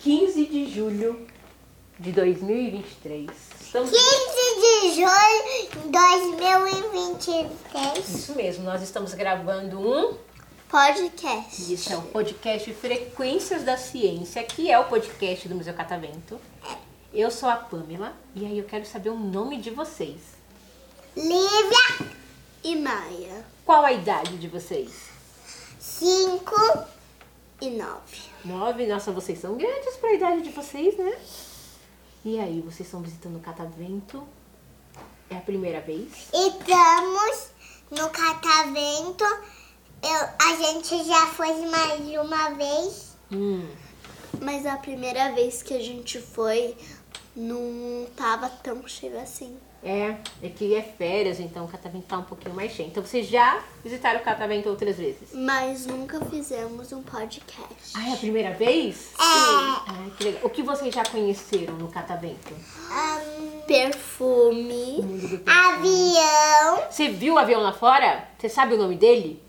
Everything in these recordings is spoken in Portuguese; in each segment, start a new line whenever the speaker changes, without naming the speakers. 15 de julho de 2023. Estamos...
15 de julho de 2023,
Isso mesmo, nós estamos gravando um.
podcast.
Isso é o podcast Frequências da Ciência, que é o podcast do Museu Catavento. Eu sou a Pamela e aí eu quero saber o nome de vocês.
Lívia e Maia.
Qual a idade de vocês?
5 e 9.
Nove? Nossa, vocês são grandes para a idade de vocês, né? E aí, vocês estão visitando o Catavento? É a primeira vez?
Estamos no catavento. Eu, a gente já foi mais de uma vez.
Hum.
Mas a primeira vez que a gente foi não tava tão cheio assim.
É, é que é férias, então o catavento tá um pouquinho mais cheio. Então vocês já visitaram o catavento outras vezes?
Mas nunca fizemos um podcast.
Ah, é a primeira vez? É. Ah, que legal. O que vocês já conheceram no catavento?
Hum. Perfume.
O mundo do pe-
Avião.
Você viu o avião lá fora? Você sabe o nome dele?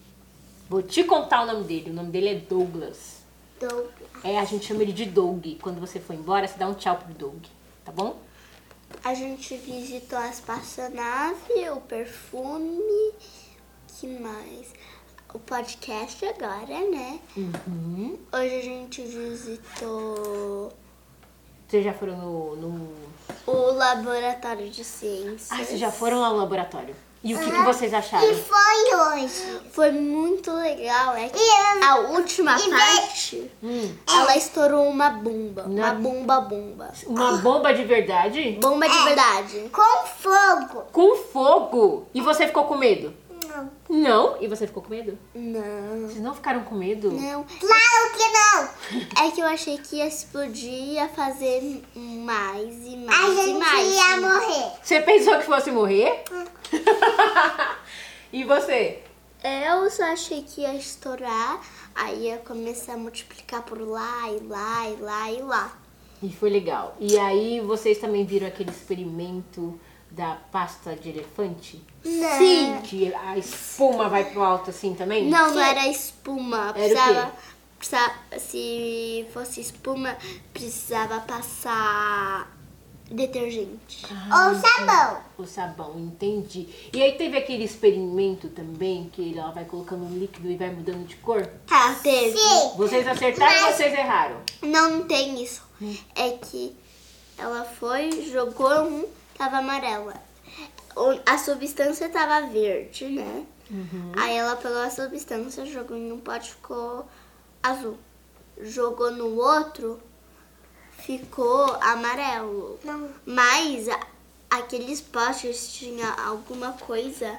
Vou te contar o nome dele. O nome dele é Douglas.
Então,
É, a gente chama ele de Doug. Quando você for embora, você dá um tchau pro Doug, tá bom?
A gente visitou a espaçonave, o perfume, que mais? O podcast agora, né?
Uhum.
Hoje a gente visitou
Vocês já foram no. no...
o laboratório de ciências.
Ah, vocês Ah. já foram lá no laboratório. E o que, que vocês acharam?
foi hoje. Foi muito legal. É que a última parte,
Hum,
ela estourou uma bomba. Uma
Não.
bomba bomba.
uma bomba de verdade?
Bomba de verdade.
É. Com fogo.
Com fogo! E você ficou com medo?
Não.
Não? E você ficou com medo?
Não.
Vocês não ficaram com medo?
Não,
Claro que não.
É que eu achei que ia explodir, ia fazer mais e mais
A
e
gente
mais. né?
ia morrer.
Você pensou que fosse morrer? e você?
É, Eu só achei que ia estourar, aí ia começar a multiplicar por lá e lá e lá e lá.
E foi legal. E aí vocês também viram aquele experimento da pasta de elefante?
Não.
Que a espuma vai pro alto assim também?
Não, é. não era
Era o
espuma.
quê?
Precisava, precisava- se fosse espuma, precisava passar detergente.
Ou sabão.
O sabão, entendi. E aí teve aquele experimento também que ela vai colocando um líquido e vai mudando de cor?
Ah, teve.
Sim.
Vocês acertaram ou vocês erraram?
Não, não tem isso. É que ela foi, jogou um, tava amarela. O- A substância tava verde, né? Aí ela pegou a substância, jogou em um pote, ficou azul. Jogou no outro, ficou amarelo.
Não.
Mas a- aqueles potes tinha alguma coisa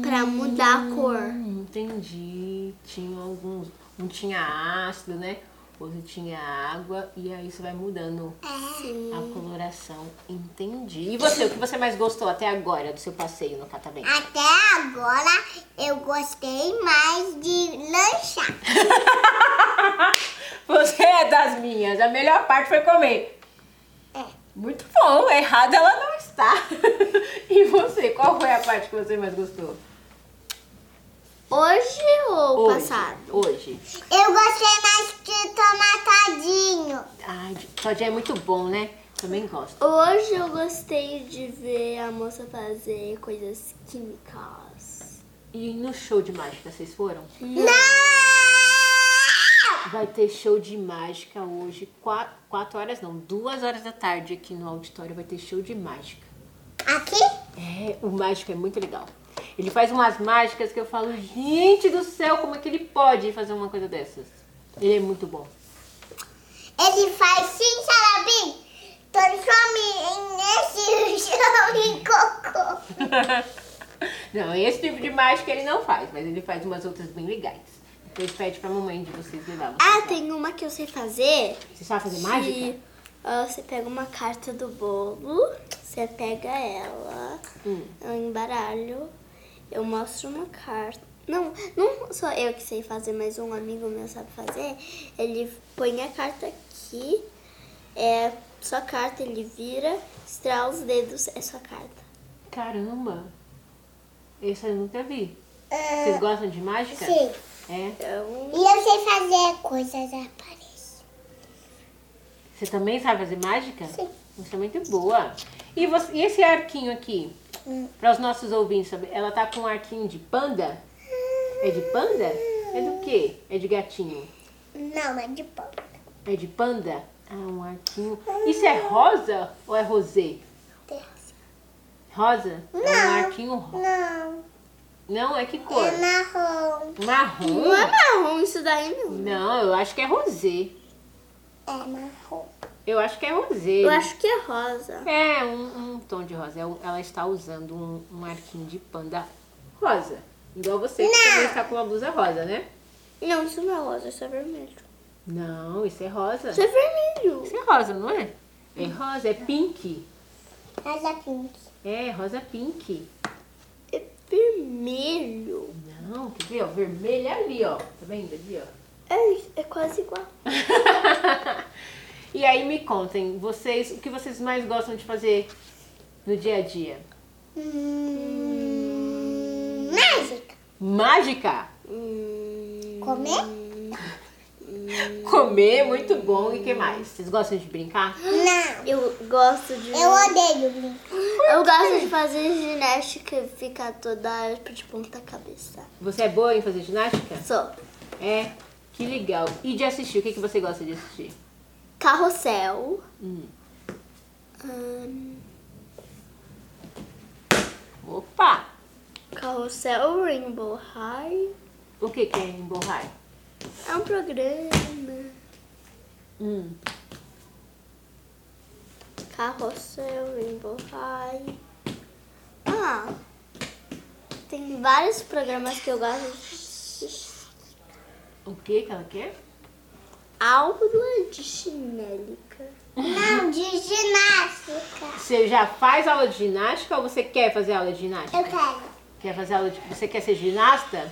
pra mudar a cor.
Hum, entendi. Tinha alguns. Um tinha ácido, né? Outro tinha água. E aí isso vai mudando a coloração. Entendi. E você, o que você mais gostou até agora do seu passeio no catavento?
Até agora eu gostei mais de lanchar.
Você é das minhas. A melhor parte foi comer.
É.
Muito bom. Errada ela não está. e você, qual foi a parte que você mais gostou?
Hoje ou
Hoje,
passado?
Hoje.
Eu gostei mais de tomar tadinho.
Ai, Todinha é muito bom, né? Também gosto.
Hoje eu gostei de ver a moça fazer coisas químicas.
E no show de mágica, vocês foram?
Não!
Vai ter show de mágica hoje, 4 horas não, 2 horas da tarde aqui no auditório vai ter show de mágica.
Aqui?
É, o mágico é muito legal. Ele faz umas mágicas que eu falo, gente do céu, como é que ele pode fazer uma coisa dessas? Ele é muito bom.
Ele faz sim, sarabim. Transforme nesse chão em cocô.
não, esse tipo de mágica ele não faz, mas ele faz umas outras bem legais. Depois pede pra mamãe de vocês levar. vocês
Ah,
lá.
tem uma que eu sei fazer.
Você sabe fazer
Que,
mágica?
ah, você pega uma carta do bolo, você pega ela,
Hum.
eu embaralho, eu mostro uma carta. Não, não sou eu que sei fazer, mas um amigo meu sabe fazer. Ele põe a carta aqui, é, Sua carta ele vira, estral os dedos, é sua carta.
Caramba! Esse eu nunca vi.
É.
Vocês gostam de mágica?
É, Sim.
É.
Então,
E eu sei fazer coisas da parede.
Você também sabe fazer mágica?
Sim.
Você é muito boa. E, você- e esse arquinho aqui?
Hum.
Para os nossos ouvintes, saber, ela tá com um arquinho de panda? É de panda? É do quê? É de gatinho?
Não, é de pão.
É de panda? Ah, um arquinho. Isso é rosa ou é rosé? Rosa? É um
Não.
arquinho rosa.
Não,
Não, é que cor?
é marrom.
Marrom?
não é marrom isso daí, não.
Não, eu acho que é rosé.
É marrom.
Eu acho que é rosé.
Eu acho que é rosa.
É, um, um tom de rosa. É um- Ela está usando um, um arquinho de panda rosa. Igual você, que também está com uma blusa rosa, né?
Não, isso não é rosa, isso é vermelho.
Não, isso é rosa.
Isso é vermelho.
Isso é rosa, não é? É rosa, é pink.
Rosa pink.
É, rosa pink.
É vermelho.
Não, quer ver? ó? Vermelho é ali, ó. Tá vendo ali, ó?
É, isso, é quase igual.
e aí me contem, vocês, o que vocês mais gostam de fazer no dia a dia?
Hum, mágica.
Mágica?
Hum,
Comer?
Comer, muito bom. E o que mais? Vocês gostam de brincar?
Não.
eu gosto de.
Eu odeio brincar.
Eu gosto de fazer ginástica e ficar toda de ponta cabeça.
Você é boa em fazer ginástica?
Só.
É, que legal. E de assistir, o que, que você gosta de assistir?
Carrossel. Hum,
Hum.
Ahn,
Opa!
carrossel Rainbow High.
O que, que é emborrar?
É um programa.
Hum.
Carrossel, Rainbow High. Ah, tem vários programas que eu gosto. de assistir.
O que que ela quer?
Aula de chinélica.
Não, de ginástica.
Você já faz aula de ginástica ou você quer fazer aula de ginástica?
Eu quero.
Quer fazer aula de... Você quer ser ginasta?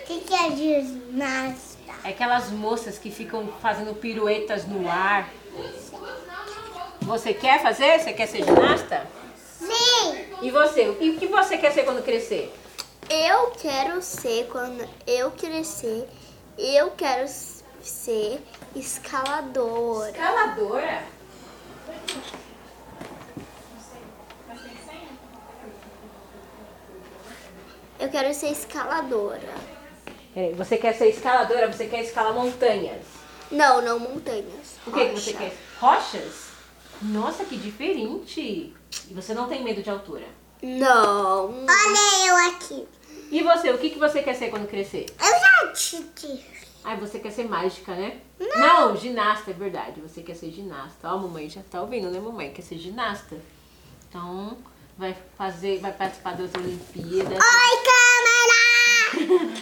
O que, que é ginástica?
É aquelas moças que ficam fazendo piruetas no ar. Você quer fazer? Você quer ser ginasta?
Sim.
E você? E o que você quer ser quando crescer?
Eu quero ser, quando eu crescer, eu quero s- ser escaladora.
Escaladora?
Eu quero ser escaladora.
Peraí, você quer ser escaladora? Você quer escalar montanhas?
Não, não montanhas.
O que, que você
Rocha.
quer? Rochas? Nossa, que diferente! E você não tem medo de altura.
Não.
Olha eu aqui.
E você, o que, que você quer ser quando crescer?
Eu já te disse.
Ai, você quer ser mágica, né? Não, ginasta, é verdade. Você quer ser ginasta. Ó, a mamãe já tá ouvindo, né, mamãe? Quer ser ginasta. Então, vai fazer, vai participar das Olimpíadas,
Oi, câmera!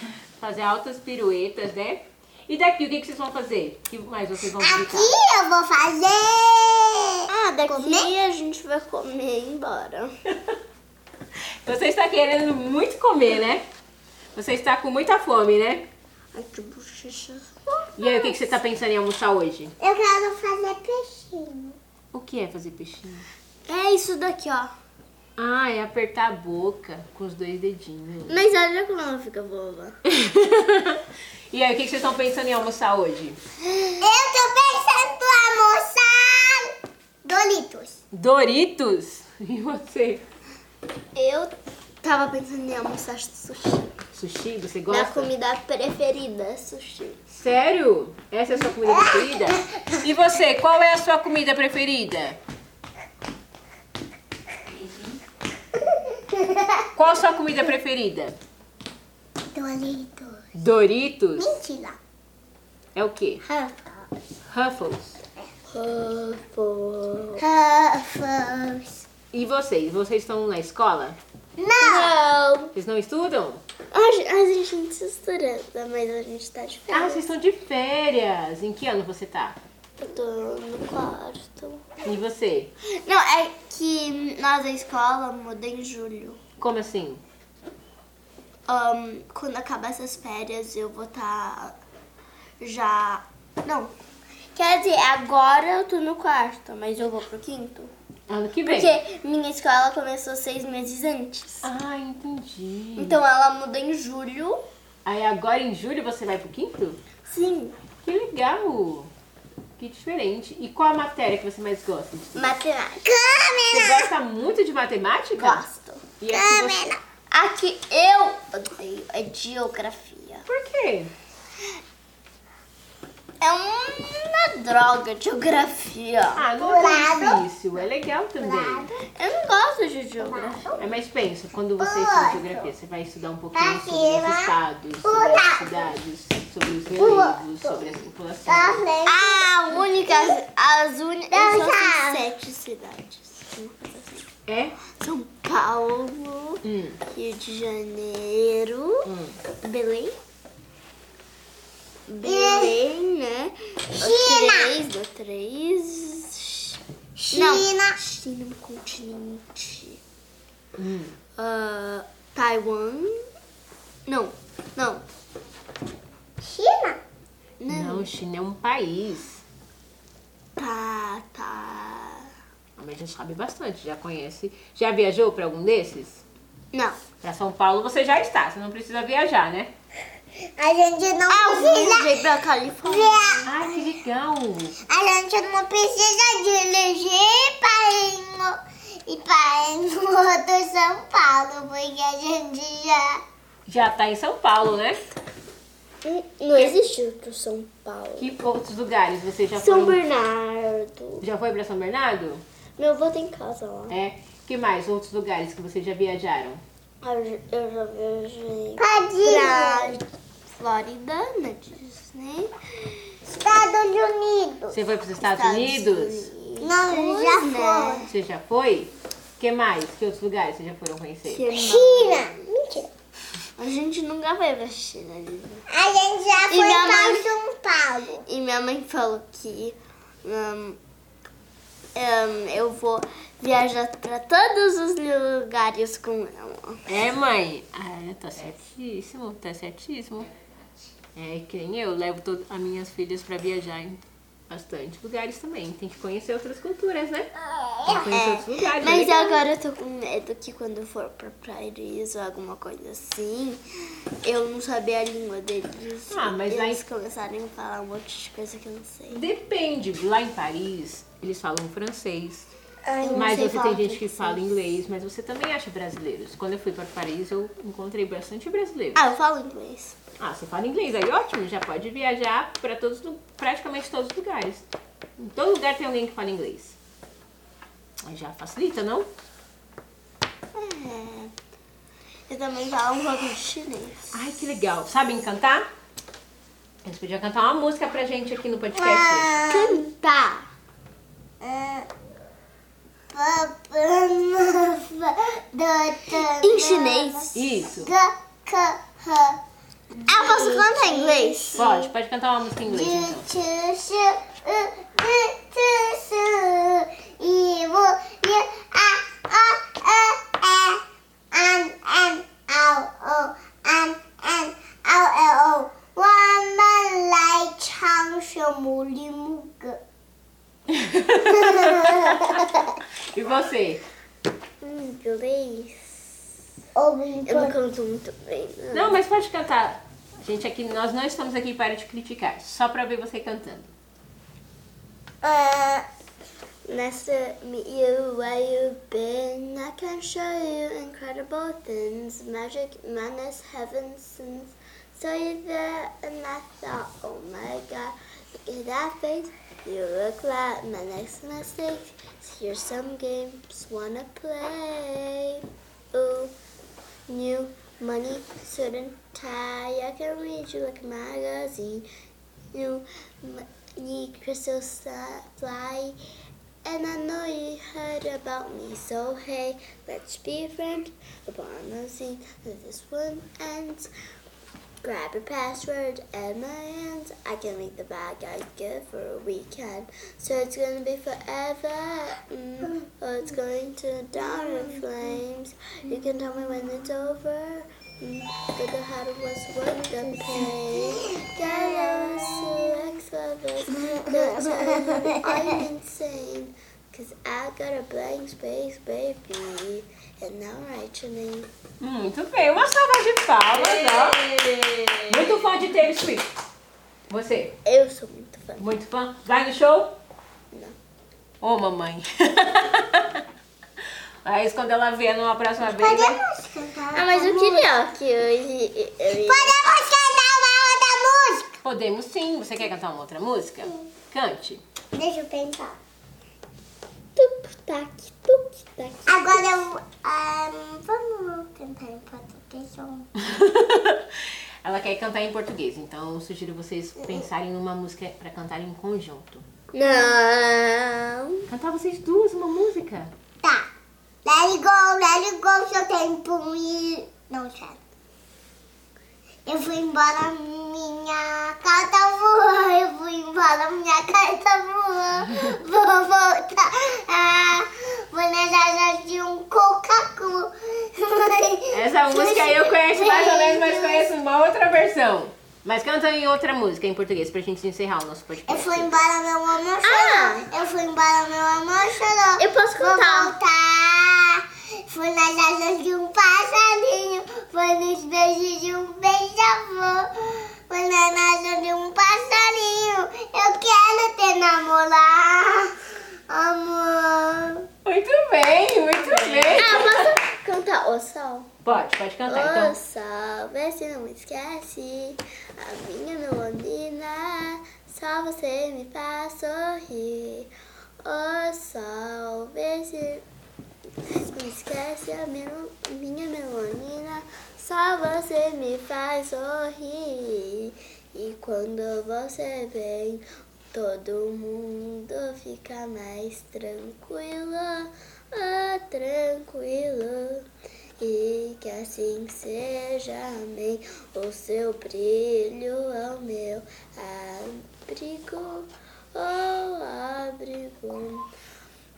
fazer altas piruetas, né? E daqui, o que, que vocês vão fazer? O que mais vocês vão
Aqui
brincar?
eu vou fazer.
Ah, daqui a gente vai comer e ir embora.
Você está querendo muito comer, né? Você está com muita fome, né?
Ai, que bochecha.
E aí, o que, que você tá pensando em almoçar hoje?
Eu quero fazer peixinho.
O que é fazer peixinho?
É isso daqui, ó.
Ah, é apertar a boca com os dois dedinhos.
Mas olha como ela fica boba.
e aí, o que que vocês estão pensando em almoçar hoje?
Eu tô pensando em almoçar Doritos.
Doritos? E você?
Eu tava pensando em almoçar sushi.
Sushi, você
Minha
gosta?
comida preferida é sushi.
Sério? Essa é a sua comida preferida? E você, qual é a sua comida preferida? Qual a sua comida preferida?
Doritos.
Doritos?
Mentira.
É o quê?
Ruffles.
Ruffles.
Ruffles.
Ruffles.
E vocês? Vocês estão na escola?
Não.
Não!
Vocês não estudam?
A gen- a gente não se estourando, mas a gente tá de
Ah,
férias.
vocês estão de férias. Em que ano você tá?
Eu tô no quarto.
E você?
Não, é que nós da escola muda em julho. Um,
Como assim?
Ahn, quando acabar essas férias, eu vou estar já. tá Não. Quer dizer, agora eu tô no quarto, mas eu vou pro quinto.
Ano que vem.
Porque minha escola começou seis meses antes.
Ah, entendi.
Então ela muda em julho.
Aí agora em julho você vai pro quinto?
Sim.
Que legal! Que diferente. E qual a matéria que você mais gosta?
Matemática.
Você gosta muito de matemática?
Gosto.
E é que você...
A que eu odeio é geografia.
Por quê?
É uma droga, geografia.
Ah, não é tão difícil. É legal também.
Eu não gosto de geografia.
É, mas pensa, quando você estuda geografia, você vai estudar um pouquinho sobre os estados, sobre as
Pulado.
cidades, sobre os relevos, sobre as populações.
A única, as únicas
Eu
são
já-
sete cidades.
É?
São Paulo,
Hum.
Rio de Janeiro, Belém. Belém, né? China. Três, dá três. Não,
China.
China é um continente.
Hum.
Ah, Taiwan. Não, não.
China.
Não.
Não, China é um país.
Tá, tá.
Mas já sabe bastante, já conhece. Já viajou pra algum desses?
Não.
Pra São Paulo você já está, você não precisa viajar, né?
A gente não
Ah, eu
precisa
viajei pra Califórnia.
ver.
Ai, que legal!
A gente não precisa dirigir para ir no, e para ir no outro São Paulo, porque a gente já.
Já tá em São Paulo, né?
Não existe outro São Paulo.
Que outros lugares você já
São
foi?
Bernardo.
Já foi pra São Bernardo?
Meu avô tem casa lá.
É. Que mais? Outros lugares que vocês já viajaram?
Ah, Eu já- Eu já viajei
Padilha.
pra Flórida, na Disney.
Estados Unidos.
Você foi pros Estados, Unidos?
Não, já foi.
Você já foi? Que mais? Que outros lugares vocês já foram conhecer?
China. Mentira.
A gente nunca vai pra China, Lívia.
A gente já
E minha mãe-
foi para São Paulo.
E minha mãe falou que hum, hum, eu vou viajar pra todos os lugares com ela.
É, mãe. Ah, tá certíssimo, tá certíssimo. É que nem eu, levo to- as minhas filhas pra viajar em bastante lugares também. Tem que conhecer outras culturas, né? Tem que conhecer outros lugares.
É, Mas
né?
agora eu tô com medo que quando eu for pra Paris ou alguma coisa assim, eu não saber a língua deles.
Ah, mas
e
aí-
eles começarem a falar um monte de coisa que eu não sei.
Depende. Lá em Paris, eles falam francês.
Ah, Eu não
Mas
sei
você
falar
tem gente que
francês.
fala inglês, mas você também acha brasileiros. Quando eu fui para Paris, eu encontrei bastante brasileiro.
Ah, eu falo inglês.
Ah, você fala inglês, aí ótimo, já pode viajar para todos, lu- praticamente todos os lugares. Em todo lugar tem alguém que fala inglês. Aí já facilita, não?
É. Eu também falo um pouco de chinês.
Ai, que legal. Sabem cantar? Eles podiam cantar uma música pra gente aqui no podcast.
Cantar. Em chinês.
Isso.
Ah, eu posso cantar em inglês?
Pode, pode cantar uma música em inglês, então. E você?
Inglês. Eu não canto muito bem. não.
Não, mas pode cantar. Gente, aqui, nós não estamos aqui para te criticar, só pra ver você cantando.
Uh, nice to meet you. Where you been? I can show you incredible things. Magic madness, heaven sins. Saw you there, and I thought, oh my god, look at that face. You look like my next mistake. Here's some games wanna play. Ooh, new money, suit and tie. I can read you like a magazine. You money, crystal sa- fly. And I know you heard about me, so hey, let's be friends. Upon the scene, that this one ends. Grab your password and my hands. I can make the bad guys good for a weekend. So it's gonna be forever. Mm. Oh, it's going to down in flames. You can tell me when it's over. Mm. But the hard was worth the pain. Get over, so feathers. That's I'm insane. Cause I got a blank space, baby. And now I name.
Muito bem, uma salva de palmas, ó. Muito fã de Taylor Swift. Você,
Eu sou muito fã.
muito fã? Vai no show?
Não.
Ô, mamãe. Aí, quando ela vier numa próxima vez... né?
Pode a
vai-
música, tá?
Ah, mas eu queria que hoje eu ia...
Pode a música dar uma outra música?
Podemos sim. Você quer cantar uma outra música? Cante.
Deixa eu pensar.
Tuc-tac, tuc-tac.
Agora eu. ahn, vamos cantar em português. ou-
ela quer cantar em português, então eu sugiro vocês pensarem numa música pra cantar em conjunto.
Não.
Cantar vocês duas uma música.
Tá. Let it go, let it go, seu tempo e. Não, sério. Eu fui embora, minha carta voou. Eu fui embora, minha carta voou. Vou voltar. Ah, vou nadar de um coca-cola.
Essa música aí eu conheço mais ou menos, mas conheço uma outra versão. Mas canta em outra música em português pra gente encerrar o nosso
Eu
podcast.
fui embora, meu amor chorou. Eu fui embora, meu amor chorou.
Ah! Eu posso cantar.
Vou voltar. Fui nas asas de um passarinho. Foi nos beijos de um beija-flor. Foi nas asas de um passarinho. Eu quero te namorar. Amor.
Muito bem, muito bem.
Ah, posso cantar O Sol?
Pode, pode
O
cantar então.
Sol, vê se não esquece a minha melanina. Só você me faz sorrir. O Sol, vê se não esquece a melo- minha melanina. Só você me faz sorrir. E quando você vem, todo mundo fica mais tranquilo, ah, tranquilo. E que assim seja, amém. O seu brilho é o meu abrigo, oh abrigo.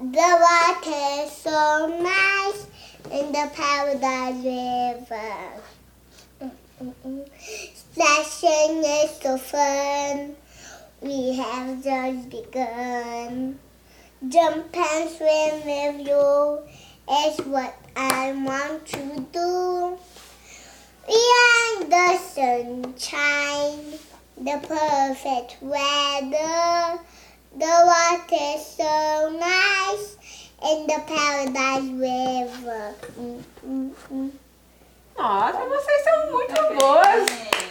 The water is so nice in the paradise river. Mm, mm, mm. Splashing is so fun. We have just begun. Jump and swim with you is what I want to do. We are in the sunshine, the perfect weather. The water is so nice in the paradise river. Mm, mm, mm.
Nossa, vocês são muito boas!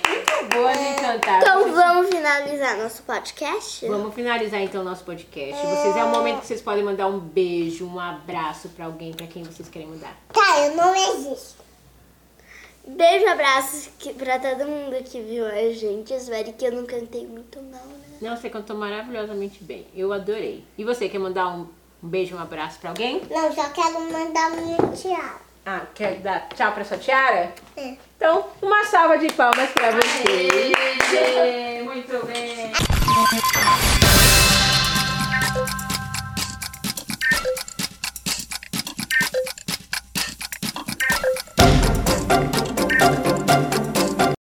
Muito boa de cantar.
Então
Vocês-
vamos finalizar nosso podcast?
Vamos finalizar então o nosso podcast. Vocês é o momento que vocês podem mandar um beijo, um abraço pra alguém, pra quem vocês querem mandar.
Tá, eu não existo.
Beijo, abraços que, pra todo mundo que viu a gente. Espero que eu não cantei muito mal, né?
Não, você cantou maravilhosamente bem. Eu adorei. E você quer mandar um, um beijo, um abraço pra alguém?
Não, só quero mandar minha tiara.
Ah, quer dar tchau pra sua tiara?
É.
Então, uma salva de palmas pra você. Muito bem.